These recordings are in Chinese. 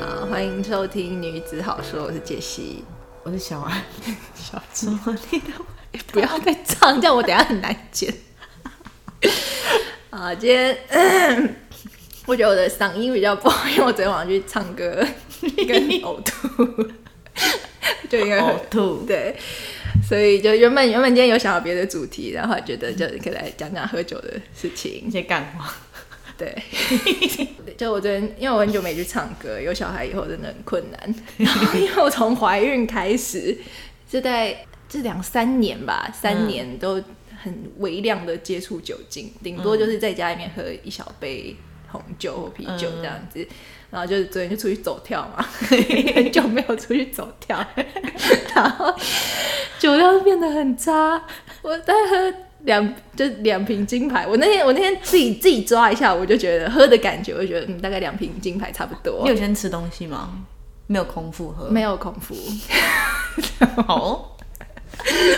啊迎收听《女子好说》，我是杰西。我是小安， 小什么力的？哎 不要再唱，这样我等一下很难剪。啊，今天我觉得我的嗓音比较不好，因为我昨天晚上去唱歌跟呕吐， 就 应该很呕哦吐对，所以就原本原本今天有想到别的主题，然后觉得就可以来讲讲喝酒的事情一。些干话。对， 就我昨天，因为我很久没去唱歌，有小孩以后真的很困难。然后因为我从怀孕开始，就在这两三年吧，三年都很微量的接触酒精，顶多就是在家里面喝一小杯红酒或啤酒这样子。然后就是昨天就出去走跳嘛， 很久没有出去走跳， 然后酒量变得很差。我在喝两就两瓶金牌，我那天我那天自己自己抓一下，我就觉得喝的感觉，我就觉得嗯，大概两瓶金牌差不你多，有先吃东西吗？没有空腹喝。没有空腹。 好 哦，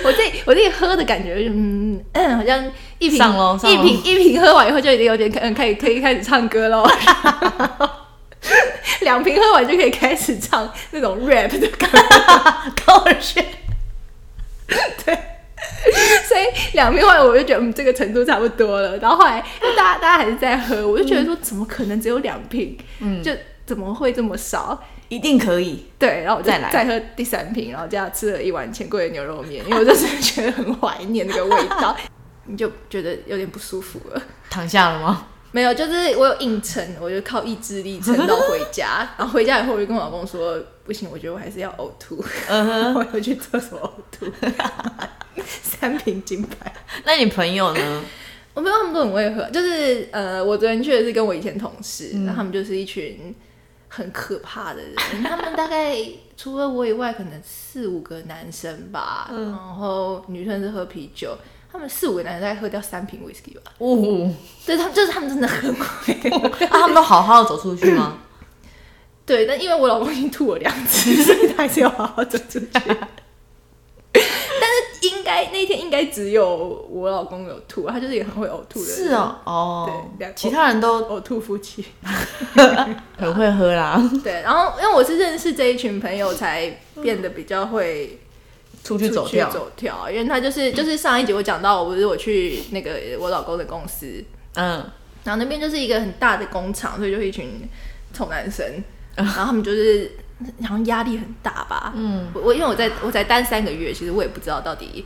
我自己我自己喝的感觉就是，嗯，嗯好像一瓶上咯上一咯瓶一瓶喝完以后就已经有点可能可以可以开始唱歌喽。 两瓶喝完就可以开始唱那种 rap 的歌，高二轩 所以两瓶喝完我就觉得嗯这个程度差不多了。然后后来因为大家大家还是在喝，我就嗯觉得说怎么可能只有两瓶？嗯，就怎么会这么少？一定可以。对，然后我就再来再喝第三瓶，然后这样吃了一碗钱柜的牛肉面，因为我就是觉得很怀念那个味 道，你就觉得有点不舒服了。躺下了吗？没有，就是我有硬撑，我就靠意志力撑到回家。然后回家以后，我就跟我老公说：“不行，我觉得我还是要呕吐。嗯哼。 我又去厕所呕 吐，三瓶金牌。 那你朋友呢？我没有，他们都很会喝。就是呃，我昨天去的是跟我以前同事，嗯然后他们就是一群很可怕 的人。他们大概除了我以外，可能四五个男生吧，嗯然后女生是喝啤酒。他们四五个男生大概喝掉三瓶 whisky 吧。 呜、对，他们就是他们真的很会喝。 啊，他们都好好的走出去 吗？对，但因为我老公已经吐我两次，所以他还是要好好走出去。但是应该那天应该只有我老公有吐，他就是也很会呕吐的人，是哦，哦对两，其他人都呕吐夫妻。很会喝啦，对，然后因为我是认识这一群朋友，才变得比较会 出出去去走跳。走跳，因为他就是就是上一集我讲到，我不是我去那个我老公的公司，嗯，然后那边就是一个很大的工厂，所以就是一群臭男 生，然后他们就是好像压力很大吧。嗯，我我因为我在我才单三个月，其实我也不知道到底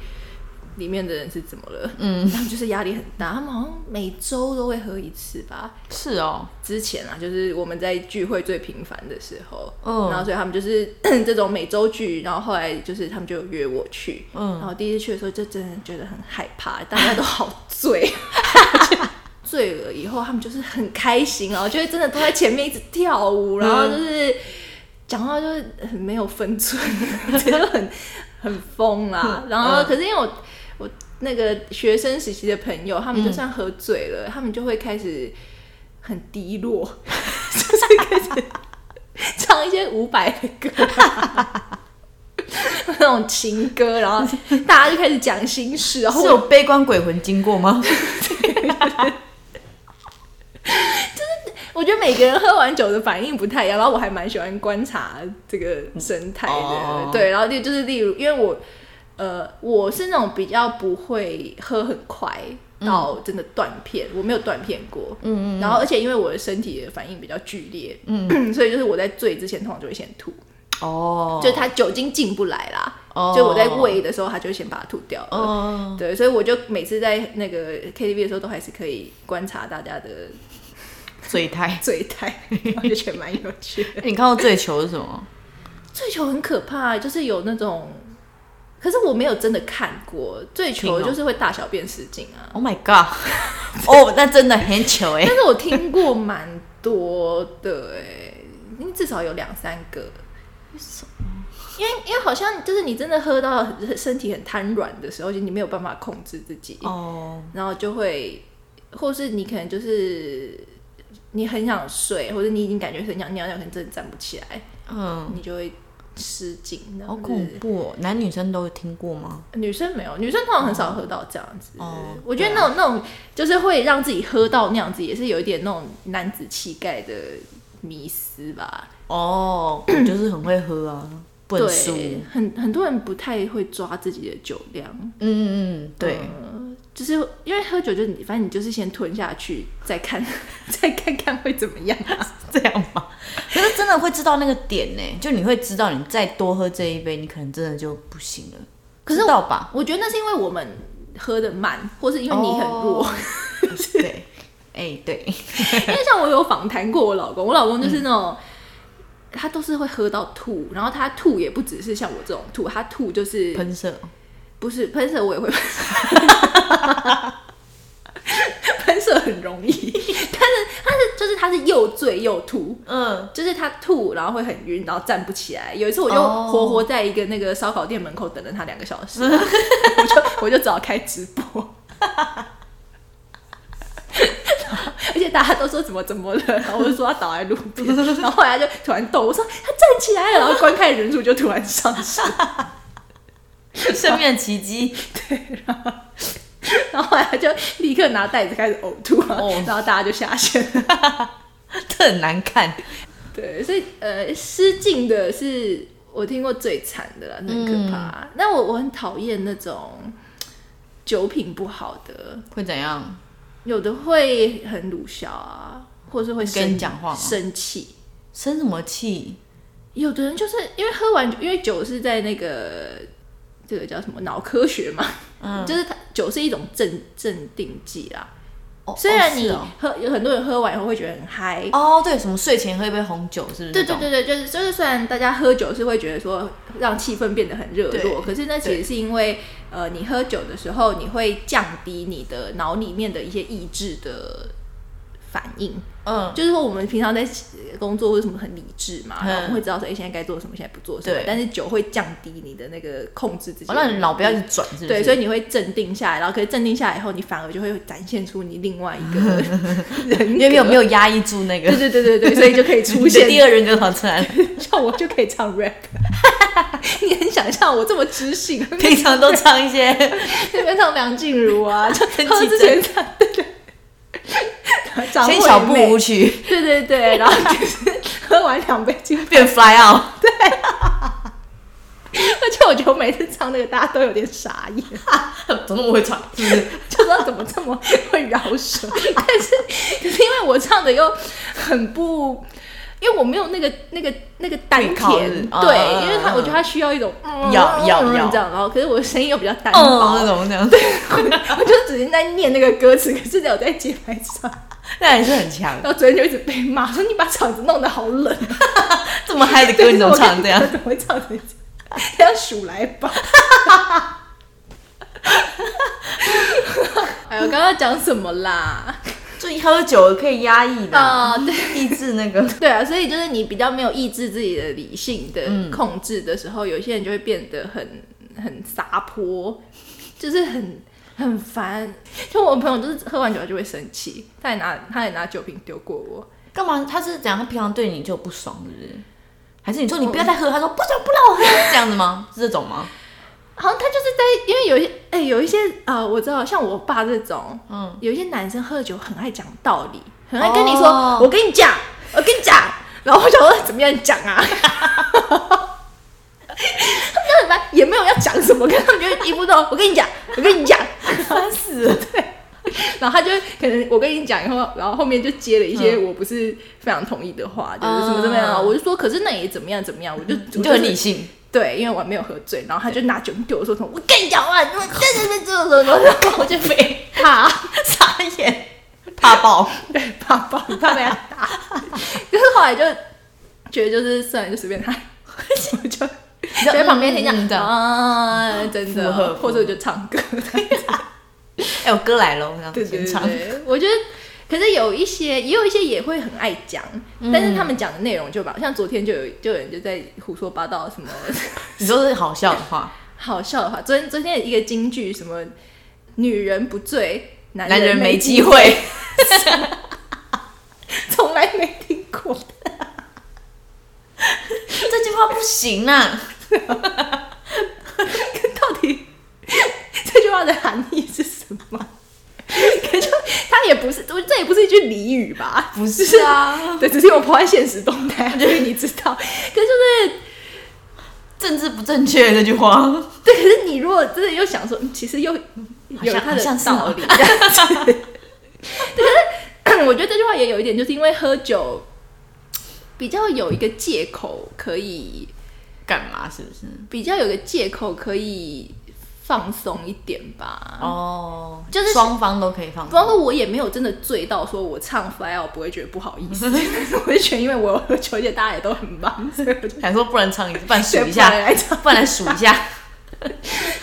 里面的人是怎么了。嗯，他们就是压力很大，他们好像每周都会喝一次吧。是哦，之前啊，就是我们在聚会最频繁的时候，嗯然后所以他们就是 这种每周聚，然后后来就是他们就有约我去，嗯然后第一次去的时候就真的觉得很害怕，大家都好醉，醉了以后他们就是很开心，然后就会真的都在前面一直跳舞，然后就是讲话就是很没有分寸， 真的很很疯啦。然后可是因为我我那个学生时期的朋友，他们就算喝醉了，他们就会开始很低落， 就是开始唱一些伍佰的歌。啊 那种情歌，然后大家就开始讲心事，然后是我有悲观鬼魂经过吗？我觉得每个人喝完酒的反应不太一样，然后我还蛮喜欢观察这个生态的，哦对。然后例就是例如，因为我呃我是那种比较不会喝很快到真的断片，我没有断片过，嗯嗯。然后而且因为我的身体的反应比较剧烈，嗯， 所以就是我在醉之前通常就会先吐， 哦，就是它酒精进不来啦，哦就我在喂的时候，它就会先把它吐掉了。哦，对，所以我就每次在那个 KTV 的时候，都还是可以观察大家的醉态。醉态， 我就觉得蛮有趣的。你看过醉球是什么？醉球很可怕，就是有那种，可是我没有真的看过醉球，听哦就是会大小便失禁啊。 Oh my god！哦，那真的很糗哎、但是我听过蛮多的、欸，因为至少有两三个。因为因为好像就是你真的喝到身体很瘫软的时候，就你没有办法控制自己， 哦，然后就会，或是你可能就是你很想睡，或者你已经感觉很想尿尿，可能真的站不起来，嗯，你就会失禁。好然后就是恐怖哦！男女生都有听过吗？女生没有，女生通常很少喝到这样子。哦我觉得那种、那种就是会让自己喝到那样子，也是有一点那种男子气概的迷思吧。哦，我 就是很会喝啊，不能输。对嗯，很很多人不太会抓自己的酒量，呃嗯嗯，对，就是因为喝酒就你，反正你就是先吞下去，再看， 再看看会怎么样。 这样吗？可是真的会知道那个点呢，就你会知道，你再多喝这一杯，你可能真的就不行了。可是知道 吧？我觉得那是因为我们喝的慢，或是因为你很弱。哦对，哎，对， 因为像我有访谈过我老公，我老公就是那种。他都是会喝到吐，然后他吐也不只是像我这种吐，他吐就是喷射。不是喷射我也会 喷射，喷射很容易，但是但是就是他是又醉又吐， 嗯，就是他吐然后会很晕，然后站不起来。有一次我就哦活活在一个那个烧烤店门口等了他两个小时， 我就 我就只好开直播。 而且大家都说怎么怎么了，然后我就说他倒在路 边，然后后来他就突然动，我说他站起来了，然后观看人数就突然上升，生命的奇迹。 然后后来他就立刻拿袋子开始呕吐啊，哦然后大家就下线了。这很难看。对，所以呃，失禁的是我听过最惨的了，那很可嗯怕。那、我我很讨厌那种酒品不好的，会怎样？有的会很鲁小啊，或是会生跟你讲话吗生气。生什么气？有的人就是因为喝完酒，因为酒是在那个这个叫什么脑科学嘛，嗯就是它酒是一种镇镇定剂啦。哦虽然你哦是喝、有很多人喝完以后会觉得很嗨，哦哦对，什么睡前喝一杯红酒，是不是？对对，对对，就是就是，虽然大家喝酒是会觉得说让气氛变得很热对络，可是那其实对是因为呃，你喝酒的时候，你会降低你的脑里面的一些抑制的反应。嗯，就是说，我们平常在呃工作为什么很理智嘛，嗯然后我们会知道说，哎、现在该做什么，现在不做什么对。但是酒会降低你的那个控制自己我的让能力。你脑不要一直转，是不是？对，所以你会镇定下来，然后可是镇定下来以后，你反而就会展现出你另外 一个人因为没有没有？有压抑住那 个对对对对对，所以就可以出现 你的第二人格跑出来了，像我就可以唱 rap，你很想象我这么知 性，平常都唱一些，那边唱梁静茹 啊，就很他们之紧前唱，对对， 掌先握小眼步泪舞曲对对对， 然后就是喝完两杯金，变 fly out， 而且我觉得我每次唱那个大家都有点傻眼， 怎么那么会唱？是不是？就说怎么这么会饶舌，但是可是因为我唱的又很不。因为我没有那个那个那个丹对田，靠日嗯对，嗯因为他嗯我觉得他需要一嗯种嗯要要嗯要这样，然后可是我的声音又比较单哦，薄，那种那样， 我就只是在念那个歌词，可是有在节拍上。那还是很强。然后昨天就一直被骂，说你把场子弄得好 冷，这么嗨的哎歌你怎么唱这样我？怎么会唱成这样？这样数来宝。 哎呦，刚刚讲什么啦？就一喝酒可以压抑的啊、对抑制那个。 对啊，所以就是你比较没有抑制自己的理性的控制的时候，有些人就会变得很很撒泼，就是很很烦。就我朋友就是喝完酒就会生气，他也拿他也拿酒瓶丢过我，干嘛？他是怎样？他平常对你就不爽，是不是？还是你说你不要再喝？他说不爽，不让我喝，这样子吗？是这种吗？好像他就是在，因为有一些哎、有一些啊、呃我知道，像我爸这种，嗯，有一些男生喝酒很爱讲道理，很爱跟你说，哦我跟你讲，我跟你讲，然后我想说怎么样讲啊？ 他们就很烦，也没有要讲什么，跟他们就一步到，我跟你讲，我跟你讲， 烦死了！然后他就可能我跟你讲以后，然后后面就接了一些我不是非常同意的话，就是什么怎么样，啊嗯我就说，可是那也怎么样怎么样，我就你就很理。理性，对，因为我还没有喝醉，然后他就拿酒瓶对我说什么：“我跟你讲话，我真的是这种什么，然后我就被打，傻眼，怕爆。对，怕爆，怕被他打。可是后来就觉得就是算了，就随便他，我就就在旁边听嗯嗯嗯讲啊，真符合的，或者我就唱歌，哎、我哥来了，这对样对先对唱。对，我觉得。可是有一些，也有一些也会很爱讲，但是他们讲的内容就吧，像昨天就有就有人就在胡说八道什么。你说是好笑的话，好笑的话，昨天昨天有一个京剧什么“女人不醉，男男人没没机，会， 从来没听过。这句话不行啊！到底 这句话的含义是什么？可就他也不是，我这也也不是一句俚语吧？不是啊，对，只是我抛在现实动 态，所以你知道。可是就是政治不正确那句话， 对，可是你如果真的又想说，嗯其实又好有像它的好像是道哦理。 这样子对，可是 我觉得这句话也有一点，就是因为喝酒比较有一个借口可以，干嘛？是不是？比较有个借口可以放松一点吧。哦，就是双方都可以放不然松。后我也没有真的醉到说我唱 fly out 不会觉得不好意思， 我就觉得因为我有喝酒，而且大家也都很忙，所以我就想说不然唱一次，不然数选一来下，来唱。不然来 数一下。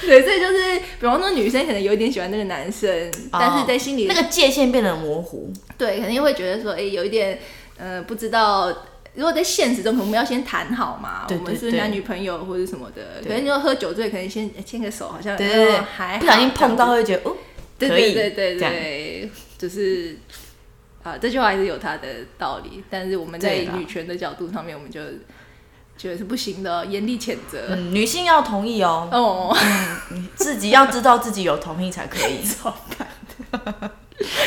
对，所以就是，比方说女生可能有一点喜欢那个男生，但是在心里哦那个界限变得很模糊。对，肯定会觉得说，哎、有一点，呃，不知道。如果在现实中，可能我们要先谈好嘛，对对我们是对男女朋友或者什么的。对可能就喝酒醉，可能先哎牵个手，好像对对对哦，还好不小心碰到，会觉得哦，这样可子以，对对对对这样对，就是啊，这句话还是有它的道理，但是我们在对啦女权的角度上面，我们就觉得是不行的，严厉谴责。嗯，女性要同意哦，哦， 自己要知道自己有同意才可 以。超烦。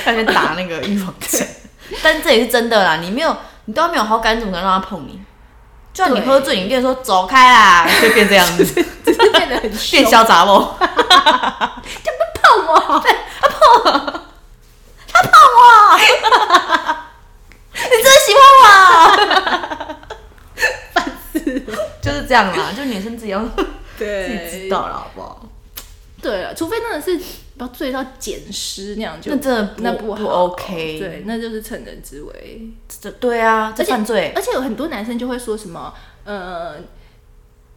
他就打那个预防 针，但这也是真的啦。你没有，你对他没有好感，怎么可能让他碰你？就算你对喝醉，你跟他说走开 啦，就变这样子，只是变得很变凶，小杂 毛。碰我，他碰我，他碰我，你真的喜欢我？ 就是这样啦，就女生自己要 自对己知道了，好不好？对了，除非真的是不要醉到捡尸那样就，那真的那不好不 OK 对，那就是趁人之危。这对啊，这而且犯罪。而且有很多男生就会说什么，呃，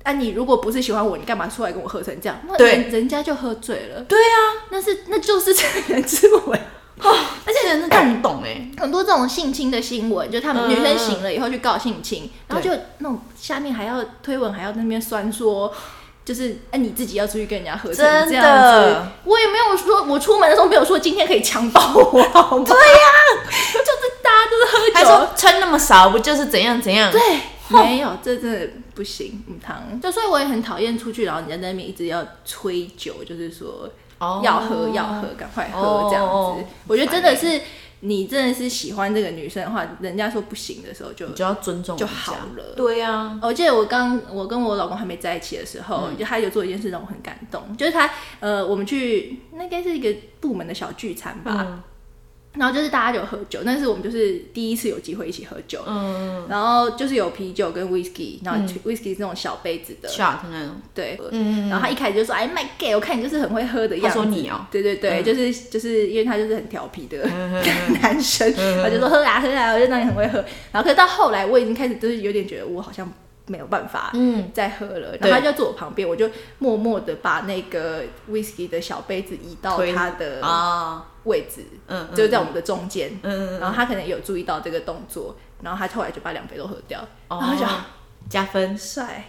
啊，你如果不是喜欢我，你干嘛出来跟我喝成这样？那对人人家就喝醉了，对啊，那是那就是趁人之危。而且人真的不懂哎，很多这种性侵的新闻，就他嗯们女生醒了以后去告性侵，然后对就那种下面还要推文，还要那边酸说。就是哎、你自己要出去跟人家合成真的这样子，我也没有说，我出门的时候没有说今天可以强暴我，好吗？对呀、就是大家就是喝还酒，说穿那么少，不就是怎样怎样？对，没有，这真的不行，母汤。就所以我也很讨厌出去，然后人家在那边一直要催酒，就是说哦要喝、要喝，赶快哦喝这样子。哦哦我觉得真的是，你真的是喜欢这个女生的话，人家说不行的时候就你就要尊重就人家好了。对啊，我记得我刚我跟我老公还没在一起的时候，就他有做一件事让我很感动，就是他呃，我们去那应该是一个部门的小聚餐吧，嗯然后就是大家就喝酒，但是我们就是第一次有机会一起喝酒，嗯然后就是有啤酒跟 whisky，然后 whisky 是那种小杯子的， ，shot 那种，对。嗯，然后他一开始就说：“哎，my gay，我看你就是很会喝的他样子。说”你哦，对对对，就是就是因为他就是很调皮的嗯 男生，我就说喝啊喝啊，我就让你很会喝。然后可是到后来，我已经开始就是有点觉得我好像没有办法嗯，再喝了，对然后他就坐我旁边，我就默默的把那个 whisky 的小杯子移到推他的啊，位置，嗯，嗯就是在我们的中间。嗯，嗯然后他可能有注意到这个动作，然后他后来就把两杯都喝掉，然后哦他就，加分。帅，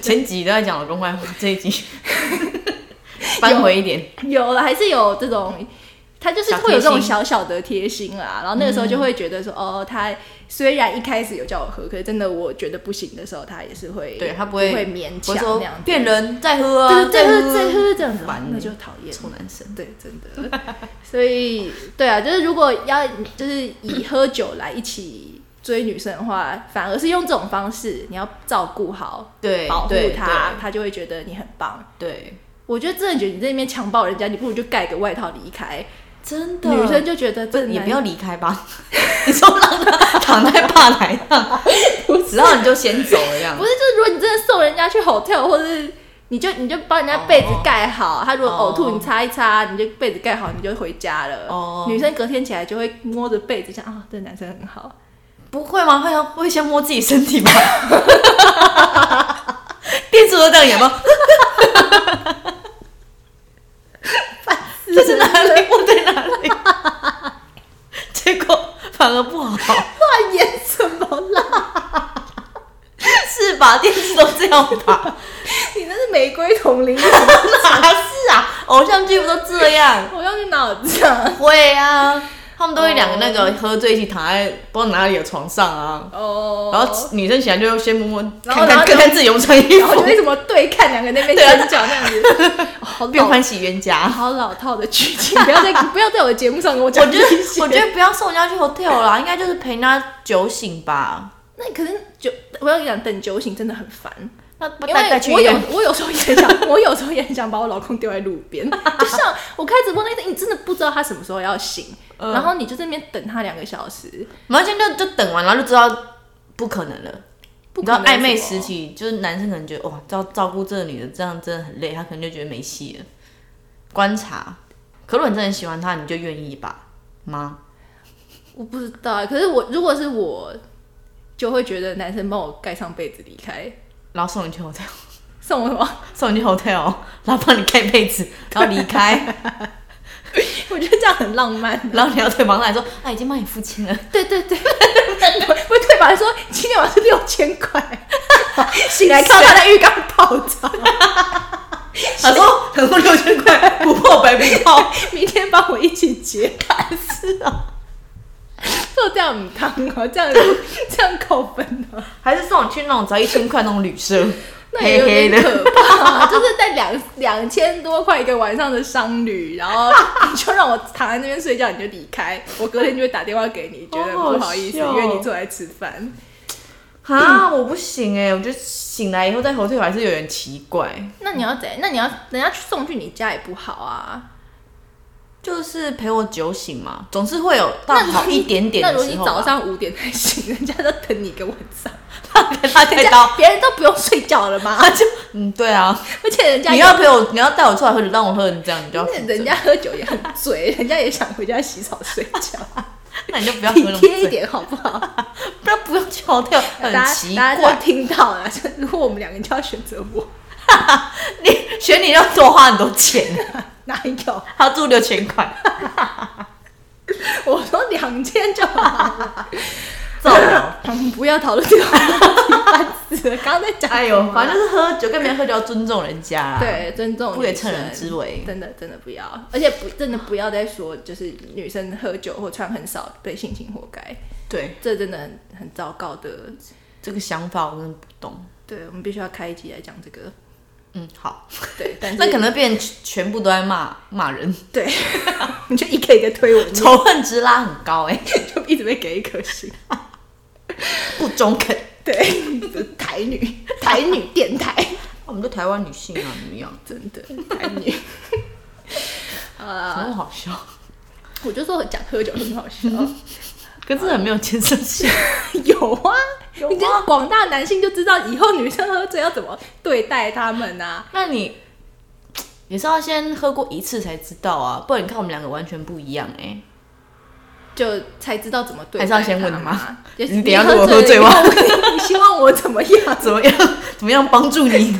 前几集都在讲老公坏话，这 一集翻回一点，有了还是有这种，他就是小会有这种贴心嗯小小的贴心啦。然后那个时候就会觉得说，哦，他虽然一开始有叫我喝，可是真的我觉得不行的时候，他也是会，对他不不会会勉不强会说那样子，骗人再对喝啊，对对，就是再这喝，就是这样子烦，那就讨厌。臭男生。对，真的。所以，对啊，就是如果要就是以喝酒来一起追女生的话，反而是用这种方式，你要照顾好，对保护对她，她就会觉得你很棒。对，我觉得真的觉得你在那边强暴人家，你不如就盖个外套离开。真的，女生就觉得不这是也男不要离开吧？ 你说让他躺在吧台 上，然后你就先走了这样不。是，就是如果你真的送人家去 hotel，或是你就你就帮人家被子盖好，他如果呕吐，哦你擦一擦，你就被子盖好，你就回家了。哦女生隔天起来就会摸着被子想啊，这男生很好。不会吗？会会先摸自己身 体吗？电视都这样演吗？ 这是哪里？我在哪里？结果反而不好，乱演什么啦？是吧？电视都这样吧？你那是玫瑰同龄 人，哪是啊？偶像剧不都这样？我要去脑子啊！会啊，他们都会两个那个喝醉一起躺在不知道哪里的床上啊， 哦，然后女生起来就先摸摸，然看后然看后看看自己有没有穿衣然后就服，为什么对啊看两个那边尖叫那样子， 哦好变老欢喜冤家。好老套的剧情， 不要再不要在我节目上跟我讲我这觉 些。得我觉得不要送人家去 hotel 啦，应该就是陪人家酒醒吧。那可是酒，我要讲等酒醒真的很烦，那因带带去为我医有院，我有时候也很想， 我有时候也很想把我老公丢在路边， 就像我开直播那天，你真的不知道他什么时候要醒，嗯然后你就在那边等他两个小时，完全就就等完，然后就知道不可能了。不你可知道能暧昧什么时期，就是男生可能觉得哇，照照顾这个女的这样真的很累，他可能就觉得没戏了。观察，可如果你真的喜欢她，你就愿意吧？吗？我不知道欸，可是我如果是我，就会觉得男生帮我盖上被子离开，然后送你去 hotel，送我什么？送你去 hotel，然后帮你盖被子，然后离开， 我觉得这样很浪漫。然后你要对方来说，啊，已经帮你付清了，对对对， 不是对吧？说今天晚上六千 块，醒来看到他在浴缸泡 澡，他说，他说六千块不破百不破，明天帮我一起结。是啊。做这样很烫哦，这样子 这样扣分哦，还是送你去那种只要一千块那种旅社， 那也黑有黑点的。可怕。啊就是在两两千多块一个晚上的商旅，然 后你就让我躺在那边睡觉，你就离开，我隔天就会打电话给你，觉得好好不好意思，笑因为你坐来吃饭。啊，我不行哎、我觉得醒来以后在 hotel 还是有点奇怪。那你要怎？那你要人家送去你家也不好啊。就是陪我酒醒嘛，总是会有到好一点点那如的果时你候啊早吧。上五点才醒，人家都等你一个晚上， 他人带 家到，别人都不用睡觉了 吗？就嗯，对啊，而且人家你也要陪我，你要带我出来喝酒，让我喝成这样，你就要负责，人家喝酒也很 醉，人家也想回家洗澡睡觉，那你就不要喝那体么贴一 醉，点好不好？不要不要去 hotel，大很家奇大家怪。都听到了，就如果我们两个就要选择我，你选你要多花很多 钱，哪有？他住六千块，我说两千就好了， 走了。嗯 不要讨论这个话题，烦死了。刚刚在讲什么啊，哎呦，反正就是喝酒跟别人喝酒要尊重人家啦，，对尊重，不可以趁人之。危。真的真的不要，而且不真的不要再说，就是女生喝酒或穿很少被性侵活该，对，这真的很很糟糕的。这个想法我真的不懂。对，我们必须要开一集来讲这个。嗯，好， 对，但是那可能变成全部都在骂骂人，对， 你就一个一个推文，仇恨值拉很高哎、就一直被给一颗星。 不中肯。哦对，台女台女电台，我们都台湾女性啊，怎么样？真的台 女。啊，很好笑，我就说讲喝酒很好笑，可是很没有建设性。 有啊，有啊你这样广大男性就知道以后女生喝醉要怎么对待他们啊。 那你也是要先喝过一次才知道啊，不然你看我们两个完全不一样哎、就才知道怎么对还待是他要们啊，先问吗就是你你等一下如果喝醉醉吗了以后，你希望我怎么 样？怎么样？怎么样帮助你？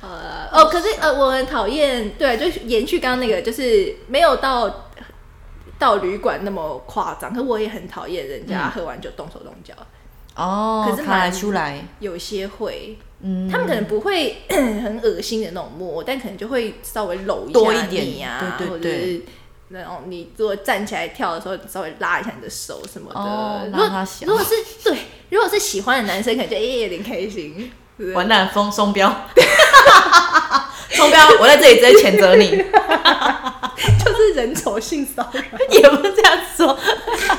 呃，哦，可是呃，我很讨厌，对，就是延续刚刚那个，就是没有到到旅馆那么夸张，可我也很讨厌人家嗯喝完酒动手动脚。 哦，可是看来蛮出来，有些会，嗯，他们可能不会 很恶心的那种摸，但可能就会稍微搂一多下一点你呀、对对或者对是那种你如果站起来跳的时候，稍微拉一下你的手什么的。哦如果让他想如果是对，如果是喜欢的男生，可能就哎、有点开心， 对不对完蛋，风松标， 松标，我在这里直接谴责你，就是人丑性骚扰， 也不是这样说，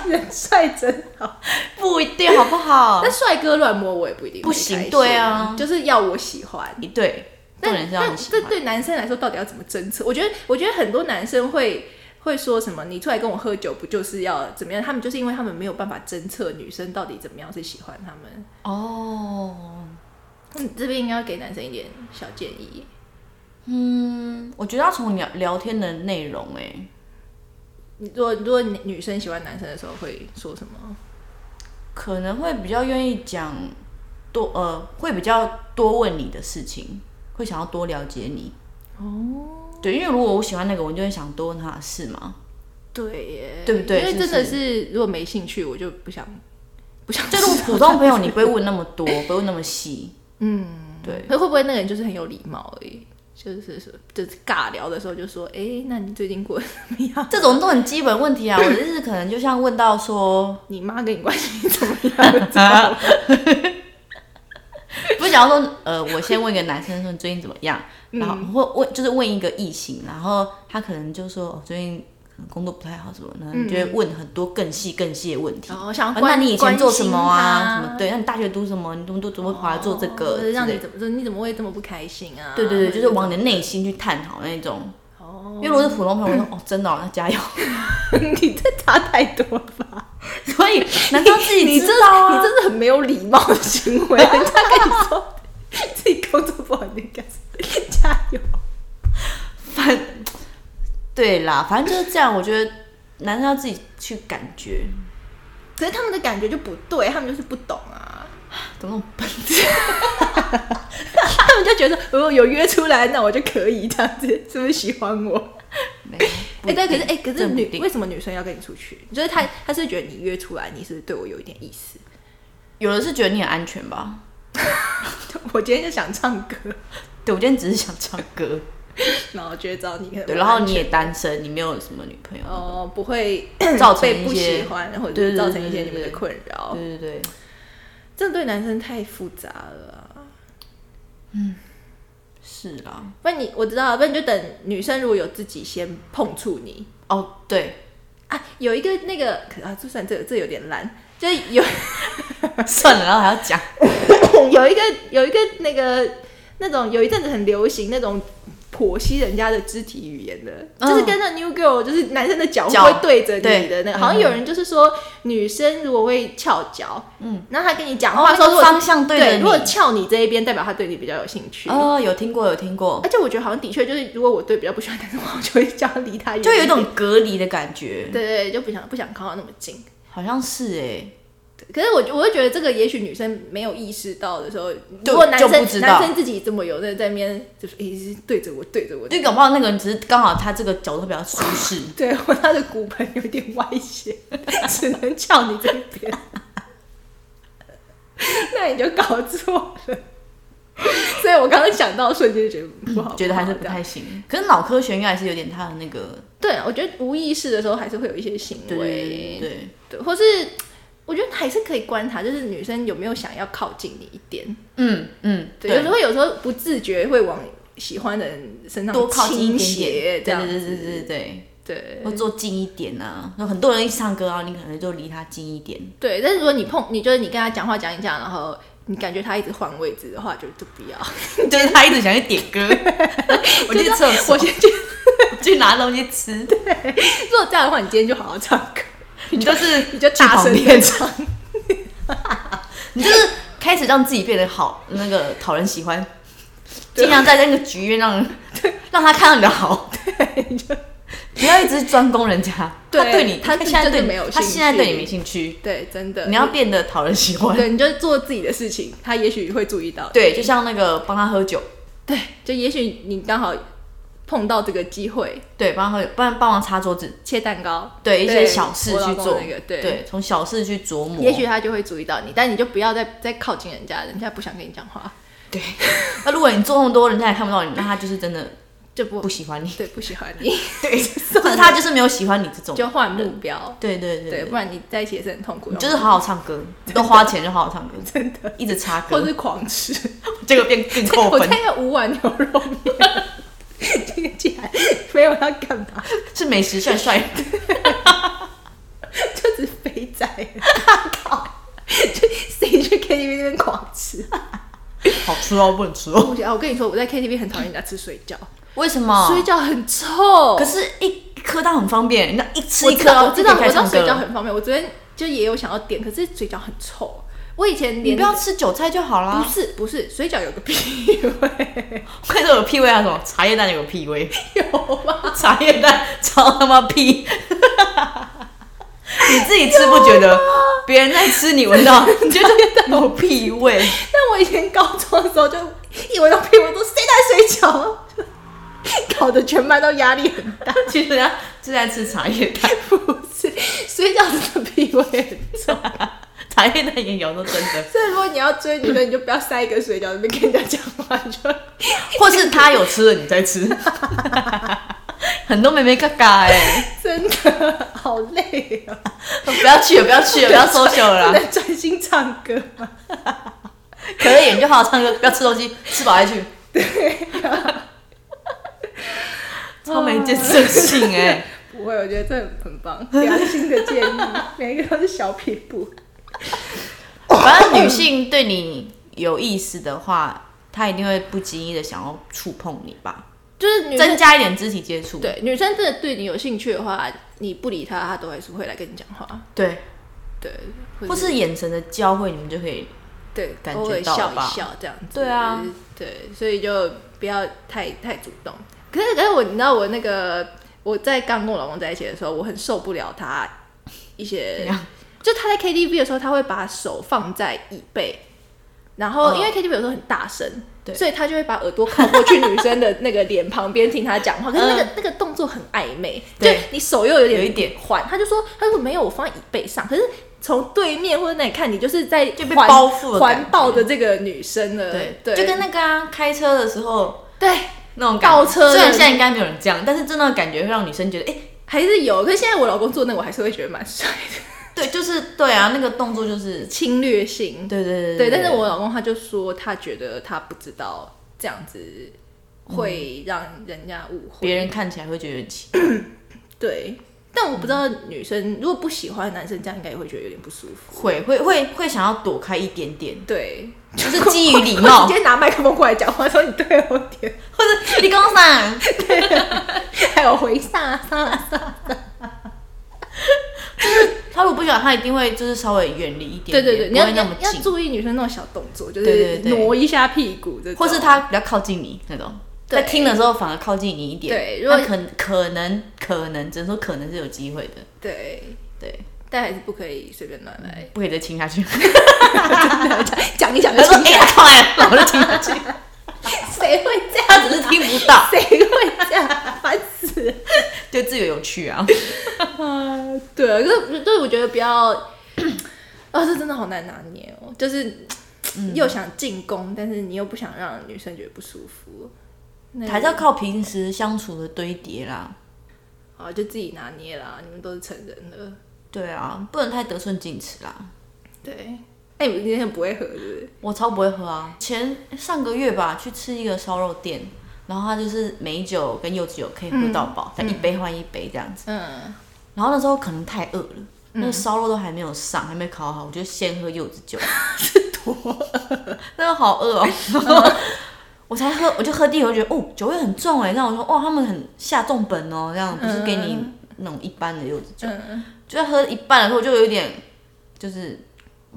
人帅真好。不一定好不好那？帅哥乱摸我也不一定不行会开心对啊就是要我喜欢。对，重点是要但你喜这欢。对男生来说到底要怎么侦测？我觉得，我觉得很多男生会会说什么“你出来跟我喝酒，不就是要怎么样？”他们就是因为他们没有办法侦测女生到底怎么样是喜欢他们。哦，嗯，这边应该要给男生一点小建议。嗯，我觉得要从聊聊天的内容哎、你如果如果女生喜欢男生的时候会说什么？可能会比较愿意讲多呃，会比较多问你的事情，会想要多了解你。哦，对，因为如果我喜欢那个，我就会想多问他的事嘛。对耶，对不对因为是不真是的是，如果没兴趣，我就不想不想就如果 普通朋友，你不会问那么多，不会问那么细。嗯，对，可会不会那个人就是很有礼貌而已？就是说，就是尬聊的时候就说，哎、那你最近过得怎么样？这种都很基本问题啊。我的意思可能就像问到说，你妈跟你关系怎么样？ 知道吗 不是想要说，呃，我先问一个男生说你最近怎么样，嗯然后或问就是问一个异性，然后他可能就说哦最近可能工作不太好什么的，然后你就会问很多更细更细的问题。嗯然后哦想啊要那关、你以前做什么啊？关什心么他哦对？那你大学读什么？你怎么都怎么跑来做这个或之者类让你的？怎么说？你怎么会这么不开心啊？对对对，就是往你的内心去探讨那种。哦，因为如果是普通朋友，我 说哦，真的、哦，那加油。 你这差太多了吧？所以难道自己你这知道啊？你这是很没有礼貌的行 为。人家跟你说自己工作不好，你干什么？加油！反对啦，反正就是这样。我觉得男生要自己去感觉，可是他们的感觉就不对，他们就是不懂啊。怎么那么笨？他们就觉得如果有约出来，那我就可以这样子，是不是喜欢我？没哎、对，可是哎、可是真不一女定为什么女生要跟你出去？就是她，她是觉得你约出来，你是不是对我有一点意 思？有的是觉得你很安全吧？我今天就想唱歌，对我今天只是想唱 歌，然后觉得找你可能对，然后你也单身，你没有什么女朋友，哦、不会造成被一不些喜欢，或者对对是造成一对些对你们的对困扰。对对对，这对男生太复杂了啊、是啦，不然你我知道了，不然你就等女生如果有自己先碰触你哦对，啊，有一个那个可啊，就算这这有点烂，就是有算了，然后还要讲， 有一个有一个那个那种有一阵子很流行那种剖析人家的肢体语言的，嗯就是跟着 New Girl，就是男生的脚脚会对着你对的那个，好像有人就是说女生如果会翘脚，嗯，那他跟你讲然后话说如果、方向对着对，你如，果翘你这一边，代表他对你比较有兴趣。哦，有听过有听过，而且我觉得好像的确就是，如果我对比较不喜欢男生，我就会叫他离他远，就有一种隔离的感觉，对对对，就不想不想靠他那么近。好像是哎，可是我我会觉得这个，也许女生没有意识到的时候，就如果男就不生知道男生自己这么有那在那边，就是一直、对着我对着我，就搞不好那个人只是刚好他这个角度比较舒 适，对我他的骨盆有点歪斜， 只能翘你这边， 那你就搞错了。 所以我刚刚想到瞬间就觉得不好，觉得还是不不好太行。可是脑科学应该还是有点他的那个，对。我觉得无意识的时候还是会有一些行为，对对对，对，或是我觉得还是可以观察，就是女生有没有想要靠近你一点。嗯嗯，对，有时候有时候不自觉会往喜欢的人身上多靠近一倾点斜这点，对样对对子对对对。对或坐近一点啊。有很多人一起唱歌啊，你可能就离他近一点。 对。但是如果你碰，你就是你跟他讲话讲一讲，然后你感觉他一直换位置的话，就就不要。就是他一直想去点 歌，我去就厕是所我先去。去拿东西吃，如果这样的话，你今天就好好唱 歌，你就是你就大声点去旁边唱。 你就是开始让自己变得好那个讨人喜欢，对尽量在那个局面让让他看到你的好，不要一直专攻人家。对他对你，他他现在真的对你没有他兴现在对你趣没兴趣，对，真的，你要变得讨人喜欢。对，你就做自己的事情，他也许会注意到。对，就像那个帮他喝酒，对，就也许你刚好碰到这个机会，对，帮他喝酒，帮帮忙擦桌子，切蛋糕，对一些对小事我老去公做，那个对从小事去琢磨，也许他就会注意到你，但你就不要再再靠近人家，人家不想跟你讲话，对。那如果你做那么多，人家也看不到你，那他就是真的就不不喜欢 你，对不喜欢你， 对，或者他就是没有喜欢你这种，就换目标，对对对，对，不然你在一起也是很痛苦你的，就是好好唱歌，你都花钱就好好唱歌，真的，一直插或歌，是狂 吃。这个变更扣我分，看要五碗牛肉面，这个竟然没有要干嘛，是美食帅帅， 就只肥仔，就谁去 KTV 那边狂吃？好吃哦，不能吃 哦，不行啊！我跟你说，我在 KTV 很讨厌人家吃水饺，为什么？水饺很臭。可是，一颗蛋很方便，那一吃我一知颗道，啊，我知道，就可我知以开始道唱水歌饺了。很方便。我昨天就也有想要点，可是水饺很臭。我以前你连不要吃韭菜就好啦不。是不是，水饺有个屁 味，快乐有屁味啊还是什么？茶叶蛋有个屁味，有吗？ 茶叶蛋超他妈屁！ 你自己吃不觉得，别人在吃你 闻到，你觉得有屁味。但我以前高中的时候就一闻到屁味，我都谁带水饺 啊？搞得全班都压力很大。 其实人家是在吃茶叶蛋， 不是，水饺真的屁味很重，茶叶蛋也咬到真的，所以如果你要追女的，你就不要塞一个水饺那边跟人家讲话，你就 或是他有吃了你再吃， 很多妹妹嘎嘎哎，真的好累啊！不要去了，不要去了，不要 social 了不啦，能专心唱歌吗？可以，你就好好唱歌，不要吃东西，吃饱再去。对、 超没建设性哎、不会，我觉得这很棒，良心的建议，每一个都是小撇步。反正女性对你有意思的话，她一定会不经意的想要触碰你吧，就是女增生加一点肢体接触。对女生真的对你有兴趣的话，你不理她，她都还是会来跟你讲话。对，对，或是眼神的交汇，你们就可以对，感偶觉尔到笑了一吧笑这样子。对啊，对，所以就不要太太主动。可是可是我你知道我那个我在刚跟我老公在一起的时候，我很受不了他一怎些样，就他在 KTV 的时候，他会把手放在椅背。然后，嗯因为 KTV 有时候很大声，对所以他就会把耳朵靠过去女生的那个脸旁边听她讲话。可是那个、嗯那个动作很暧昧，就对你手又有点有一点缓，他就说他就说没有，我放在椅背上。可是从对面或者那里看，你就是在就被环包覆的感觉环抱着这个女生了。对呃对，就跟那个啊开车的时候对那种感觉倒车的虽然现在应该没有人这样，但是真的感觉会让女生觉得，哎、还是有。可是现在我老公做那个，我还是会觉得蛮帅的， 对，就是对啊，那个动作就是，侵略性。对对对，对但是我老公他就说他觉得他不知道这样子会让人家误会。别人看起来会觉得奇，对，但我不知道女生、如果不喜欢男生这样，应该也会觉得有点不舒服。会会会会想要躲开一点点，对，就是 基于礼貌直，接拿麦克风过来讲话，说你对我点，或者你跟我上，还有回撒撒。他如果不喜欢，他一定会就是稍微远离一 点对点，对对，你不要会你那要么你要近，注意女生那种小动作，就对是对对挪一下屁股这种，或是他比较靠近你那种。在对听的时候反而靠近你一点，对如果那可可能可能只能说可能是有机会的，对，对，，但还是不可以随便乱来不可以再亲下去。 讲一讲 他就说：“停哎、下呀，靠 来了，我就听下去。谁会这样？他 只是听不到，谁会这样？烦死了！对自由有趣啊。啊，对，可是对，我觉得不要， 哦，这真的好难拿捏哦，就是又想进攻，但是你又不想让女生觉得不舒服，那还是要靠平时相处的堆叠啦。啊，就自己拿捏啦，你们都是成人了，对啊，不能太得寸进尺啦。对。哎、你们今天不会喝是不是？我超不会喝啊。前上个月吧，去吃一个烧肉店，然后它就是美酒跟柚子酒可以喝到饱，但一杯换一杯这样子。嗯，然后那时候可能太饿了。那个烧肉都还没有上，还没烤好，我就先喝柚子酒， 那个好饿哦。我才喝，我就喝第一口，我觉得哦，酒味很重哎，让我说哇，他们很下重本哦，这样不是给你那种一般的柚子酒，就在喝一半的时候就有点就是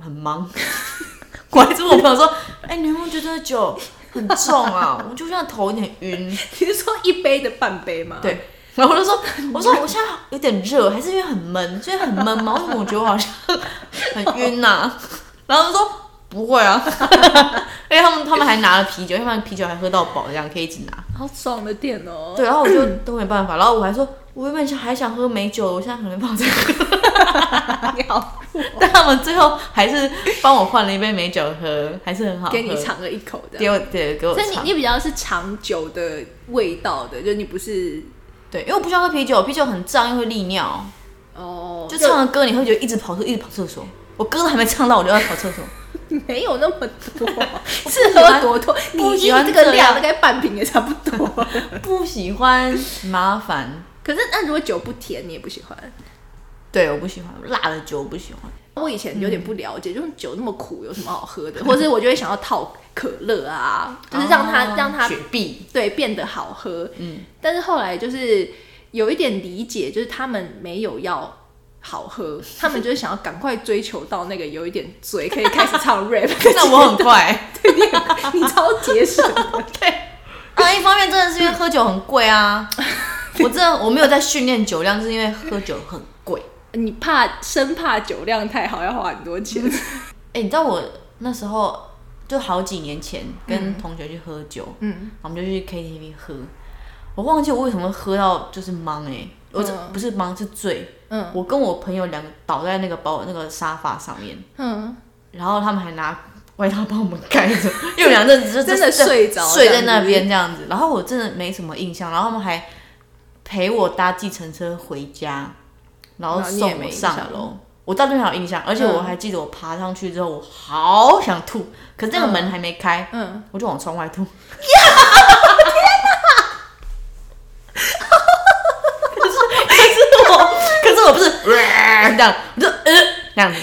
很忙， 我还问我朋友说，哎、你有没有觉得这个酒很重啊？ 我就像头有点晕， 你是说一杯的半杯吗？，对，然后我就说，我说我现在有点热，还是因为很闷，所以很闷嘛。为什么我觉得我好像很晕呐、 然后他说不会啊， 因为他们他们还拿了啤酒，因为他们啤酒还喝到饱，这样可以一直拿。好爽的店哦、对，然后我就都没办法，然后我还说，我原本想还想喝美酒，我现在可能没办法再喝。 你好，但他们最后还是帮我换了一杯美酒喝，还是很好喝。给你，尝了一口的。给我对给我所以你尝。你比较是长久的味道的，就你不是对，因为我不喜欢喝啤酒，啤酒很胀又会利尿。哦，就唱了歌，你会觉得一直跑厕，一直跑厕所。我歌都还没唱到，我就要跑厕所。 没有那么多，是喝多多，你不喜你欢这个这量样大概半瓶也差不多。 不喜欢麻烦，可是那如果酒不甜，你也不喜欢。对，我不喜欢辣的酒，我不喜欢。我以前有点不了解，就是酒那么苦有什么好喝嗯的，或者我就会想要套可乐 啊，就是让它、啊让它雪碧，对变得好喝。嗯，但是后来就是有一点理解，就是他们没有要。好 喝，他们就是想要赶快追求到那个有一点醉，可以开始唱 rap 的 那我很快。 你超节省的，啊，一方面真的是因为喝酒很贵 啊，我真的我没有在训练酒量，就是因为喝酒很贵。你怕生怕酒量太好要花很多钱，哎、你知道我那时候就好几年前跟同学去喝酒， 嗯，我们就去 KTV 喝，我忘记我为什么喝到就是懵哎、我这、嗯不是懵是醉，嗯我跟我朋友两个倒在那个包那个沙发上面，嗯，然后他们还拿外套帮我们盖 着，因为我们俩阵子就真的睡着睡这在样那子边这样子。然后我真的没什么印象，然后他们还陪我搭计程车回家，然后然后你也送没我印上象楼。我到对面有印象，而且我嗯还记得我爬上去之后，我好想吐，可是那个门还没开，嗯，我就往窗外吐。 天哪！可是可是我，可是 我不是这样，我就呃这样子。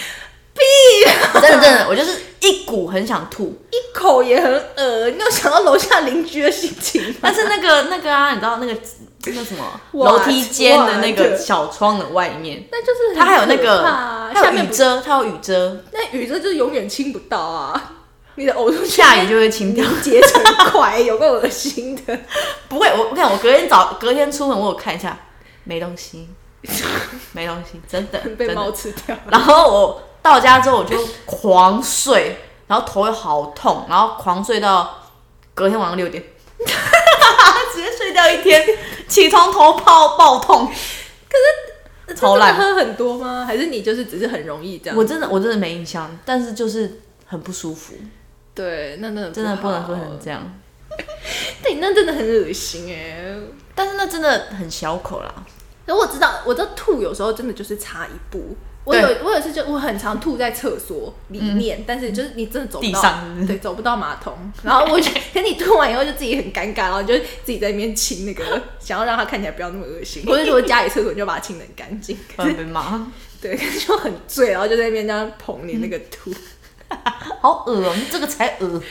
真的真的，我就是一股很想吐，一口也很恶，你有想到楼下邻居的心 情吗？但是那个 那个啊，你知道那个那个什么哇楼梯间的那哇个对小窗的外面，那就是它还有那很可个怕啊它下有面雨不遮，它有雨遮，那雨这就永远清不到啊， 你的呕吐下雨就会清掉。 凝结成块，有够恶心的。不会，我我看我隔天早隔天出门，我有看一下，没东西，没东西，真的真 被的。猫吃掉。然后我到家之后我就狂睡，然后头又好痛，然后狂睡到隔天晚上六点， 直接睡掉一天，起床头泡爆痛。可是超真烂，的喝很多吗？还是你就是只是很容易这样？我真的我真的没印象，但是就是很不舒服，对，那那真的不能说好哎成这样。对，那真的很恶心哎、但是那真的很小口啦，可我知道，我知道吐有时候真的就是差一步。我对嗯有我有一次就我很常吐在厕所里面，但是就是你真的走不地到上是不是对，走不到马桶。然后我就可你吐完以后就自己很尴尬，然后你就自己在那边清那个，想要让它看起来不要那么恶心。我就觉得家里厕所你就把它清的很干净，不然被 骂， 对，可是就很醉，然后就在那边这样捧你那个吐。好恶哦、这个才恶，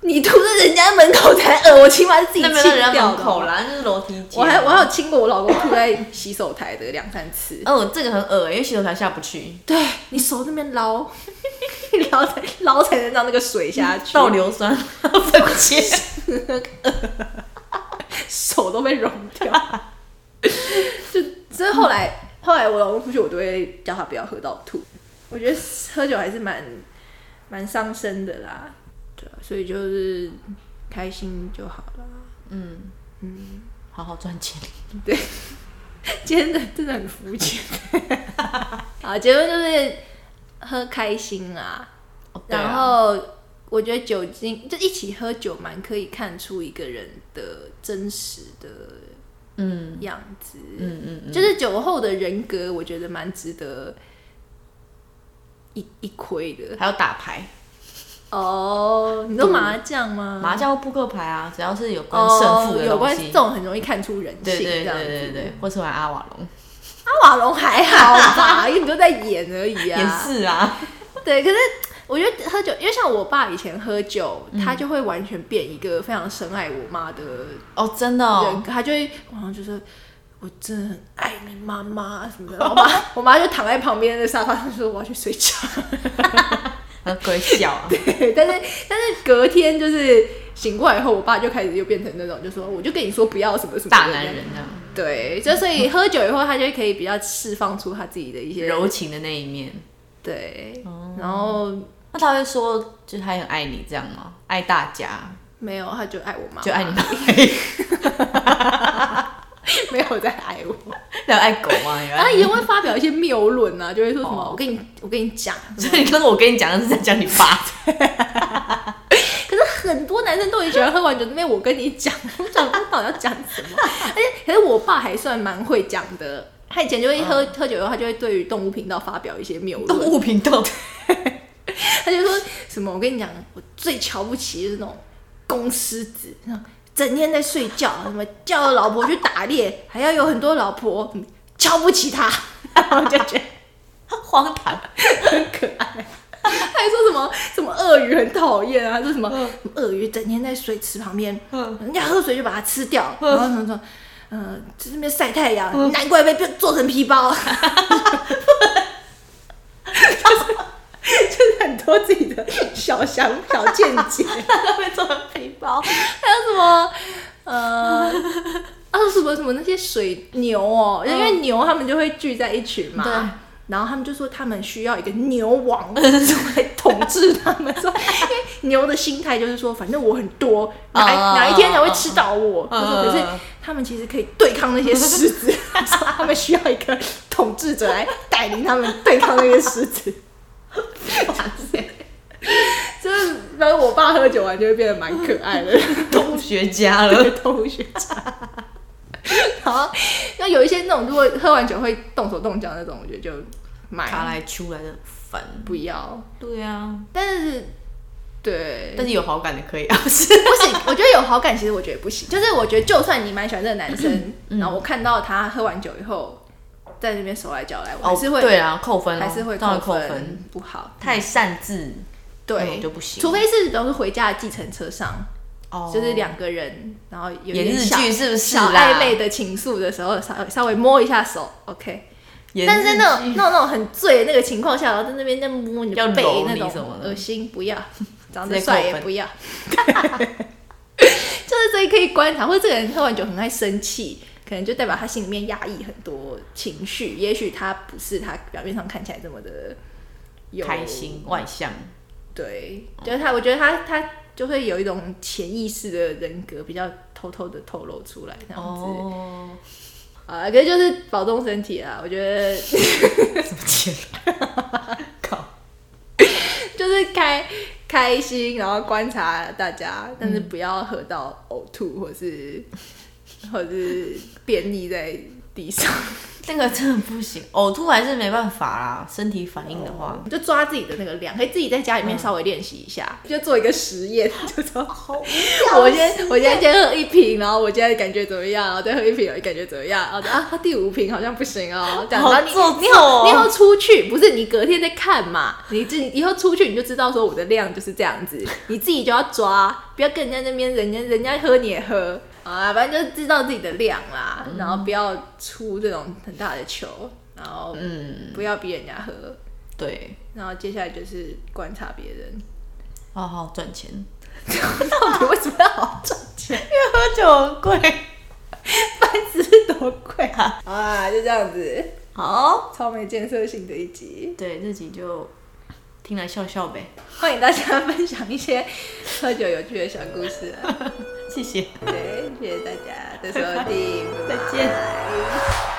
你吐在人家门口才恶，我起码是自己 那没有清人家掉门的口哦。啦，啊就是楼梯间。我还我还有亲过我老公吐在洗手台的两三 次。哦，这个很恶、因为洗手台下不去，对你手那边捞， 捞才捞才能让那个水下去，倒硫 酸分 解。手都被融掉。 就所以后来后来我老公出去，我都会叫他不要喝到吐。我觉得喝酒还是蛮蛮伤身的啦，对啊，所以就是开心就好了。嗯，好好赚钱。今天的真的很肤浅。 好，结论就是喝开心啦。哦对啊然后我觉得酒精就一起喝酒，蛮可以看出一个人的真实的嗯样子。嗯嗯嗯，就是酒后的人格，我觉得蛮值得一一窥的。还有打牌、哦，你说麻将吗？麻将或扑克牌啊，只要是有关胜嗯哦负，的有东关西，这种很容易看出人对性，这对对样子。对对对，或是玩阿瓦隆、阿瓦隆还好吧，因为你就在演而已 啊。也是啊， 对，可是我觉得喝酒，因为像我爸以前喝酒，他就会完全变一个非常深爱我妈的人哦真的哦，格，他就会晚上就说。我真的很爱你妈妈什么 的，然后我妈我妈就躺在旁边的沙发上说我要去睡觉， 很鬼笑啊，对但是但是隔天就是醒过来以后，我爸就开始又变成那种就说我就跟你说不要什么什么的大男人这样，对，就所以喝酒以后他就可以比较释放出他自己的一些柔哦情的那一面。对，然后那他会说，就是他很爱你这样吗？爱大家，没有他就爱我妈妈，就爱你吗？ 没有在爱我。那有爱狗 吗？有然后爱也会发表一些谬论啊，就会说什么、哦我跟你我跟你讲，所以你跟我跟你讲的是在讲你 爸，可是很多男生都很喜欢喝完酒，那边我跟你讲，我想说到底要讲什么？而且可是我爸还算蛮会讲的，他以前就会喝、喝酒以后，他就会对于动物频道发表一些谬嗯动论，物频道，他就说什么我跟你讲，我最瞧不起就是那种公狮子，那种整天在睡觉，什么叫老婆去打猎，还要有很多老婆，嗯瞧不起他，然后就觉得。 荒唐。很可爱。他还说什么什么鳄鱼很讨厌啊，说什么什么鳄鱼整天在水池旁边，嗯人家喝水就把它吃掉，然后什么什么，呃，在那边晒太阳，难怪被变做成皮包。就是就是很多自己的小想小见解，他会做成皮 包，还有什么呃，啊什么什么那些水牛哦，因为牛他们就会聚在一群嘛，对然后他们就说他们需要一个牛王来统治他们， 说因为牛的心态就是说，反正我很多，哪一嗯嗯哪一天才会嗯吃到我，嗯他说可是嗯嗯 他们其实可以对抗那些狮子，说他们需要一个统治者来带领他们对抗那些狮 子。就是，反正我爸喝酒完就会变得蛮可爱 的，动物学家对了，动物学家。然后，那有一些那种如果喝完酒会动手动脚那种，我觉得就卡买来出来的烦。不要。对啊，但是，对，但是有好感的可 以啊，是不行， 我觉得有好感，其实我觉得不行。就是我觉得，就算你蛮喜欢这个男嗯生，然后我看到他喝完酒以后在那边手来脚来，我还是会、对啊，扣分哦，还是会当扣然扣分，分，不好。太擅自那种对就，不行。除非是比方说回家的计程车上，哦就是两个人，然后有演点日小剧是不是小啦暧昧的情愫的时候，稍稍微摸一下手，OK。演但是在日那种那种那种很醉的那个情况下，然后在那边在摸你要的背揉那你种什么，的恶心，不要，长直得接帅扣也分不要。 就是这里可以观察，或者这个人喝完酒很爱生气，可能就代表他心里面压抑很多情绪，也许他不是他表面上看起来这么的有开心外向，对，就是他，我觉得他他就会有一种潜意识的人格比较偷偷的透露出来这样子。哦，啊，可是就是保重身体啊啦。我觉得怎么钱？ 靠，就是开开心，然后观察大家，但是不要喝到呕吐或是、或是便溺在地上，那个真的不行，呕吐还是没办法啦，身体反应的话， 就抓自己的那个量，可以自己在家里面稍微练习一下，嗯就做一个实验，就说 我先我先先喝一瓶，然后我现在感觉怎么样，然后再喝一瓶，我感觉怎么样，然后就啊第五瓶好像不行哦，这样，然后你做你作以你以后出去不是你隔天再看嘛，你自己以后出去你就知道说我的量就是这样子，你自己就要抓，不要跟人家那边人家人家喝你也喝。啊，反正就知道自己的量啦，然后不要出这种很大的球，然后嗯，不要逼人家喝，对，然后接下来就是观察别人。 好好赚钱，到底为什么要好好赚钱？ 因为喝酒很贵。 饭吃多贵啊！ 啊，就这样子，好，超没建设性的一集。对，这集就听来笑笑呗， 欢迎大家分享一些喝酒有趣的小故事、啊。谢谢，对，谢谢大家的收听，再见。拜。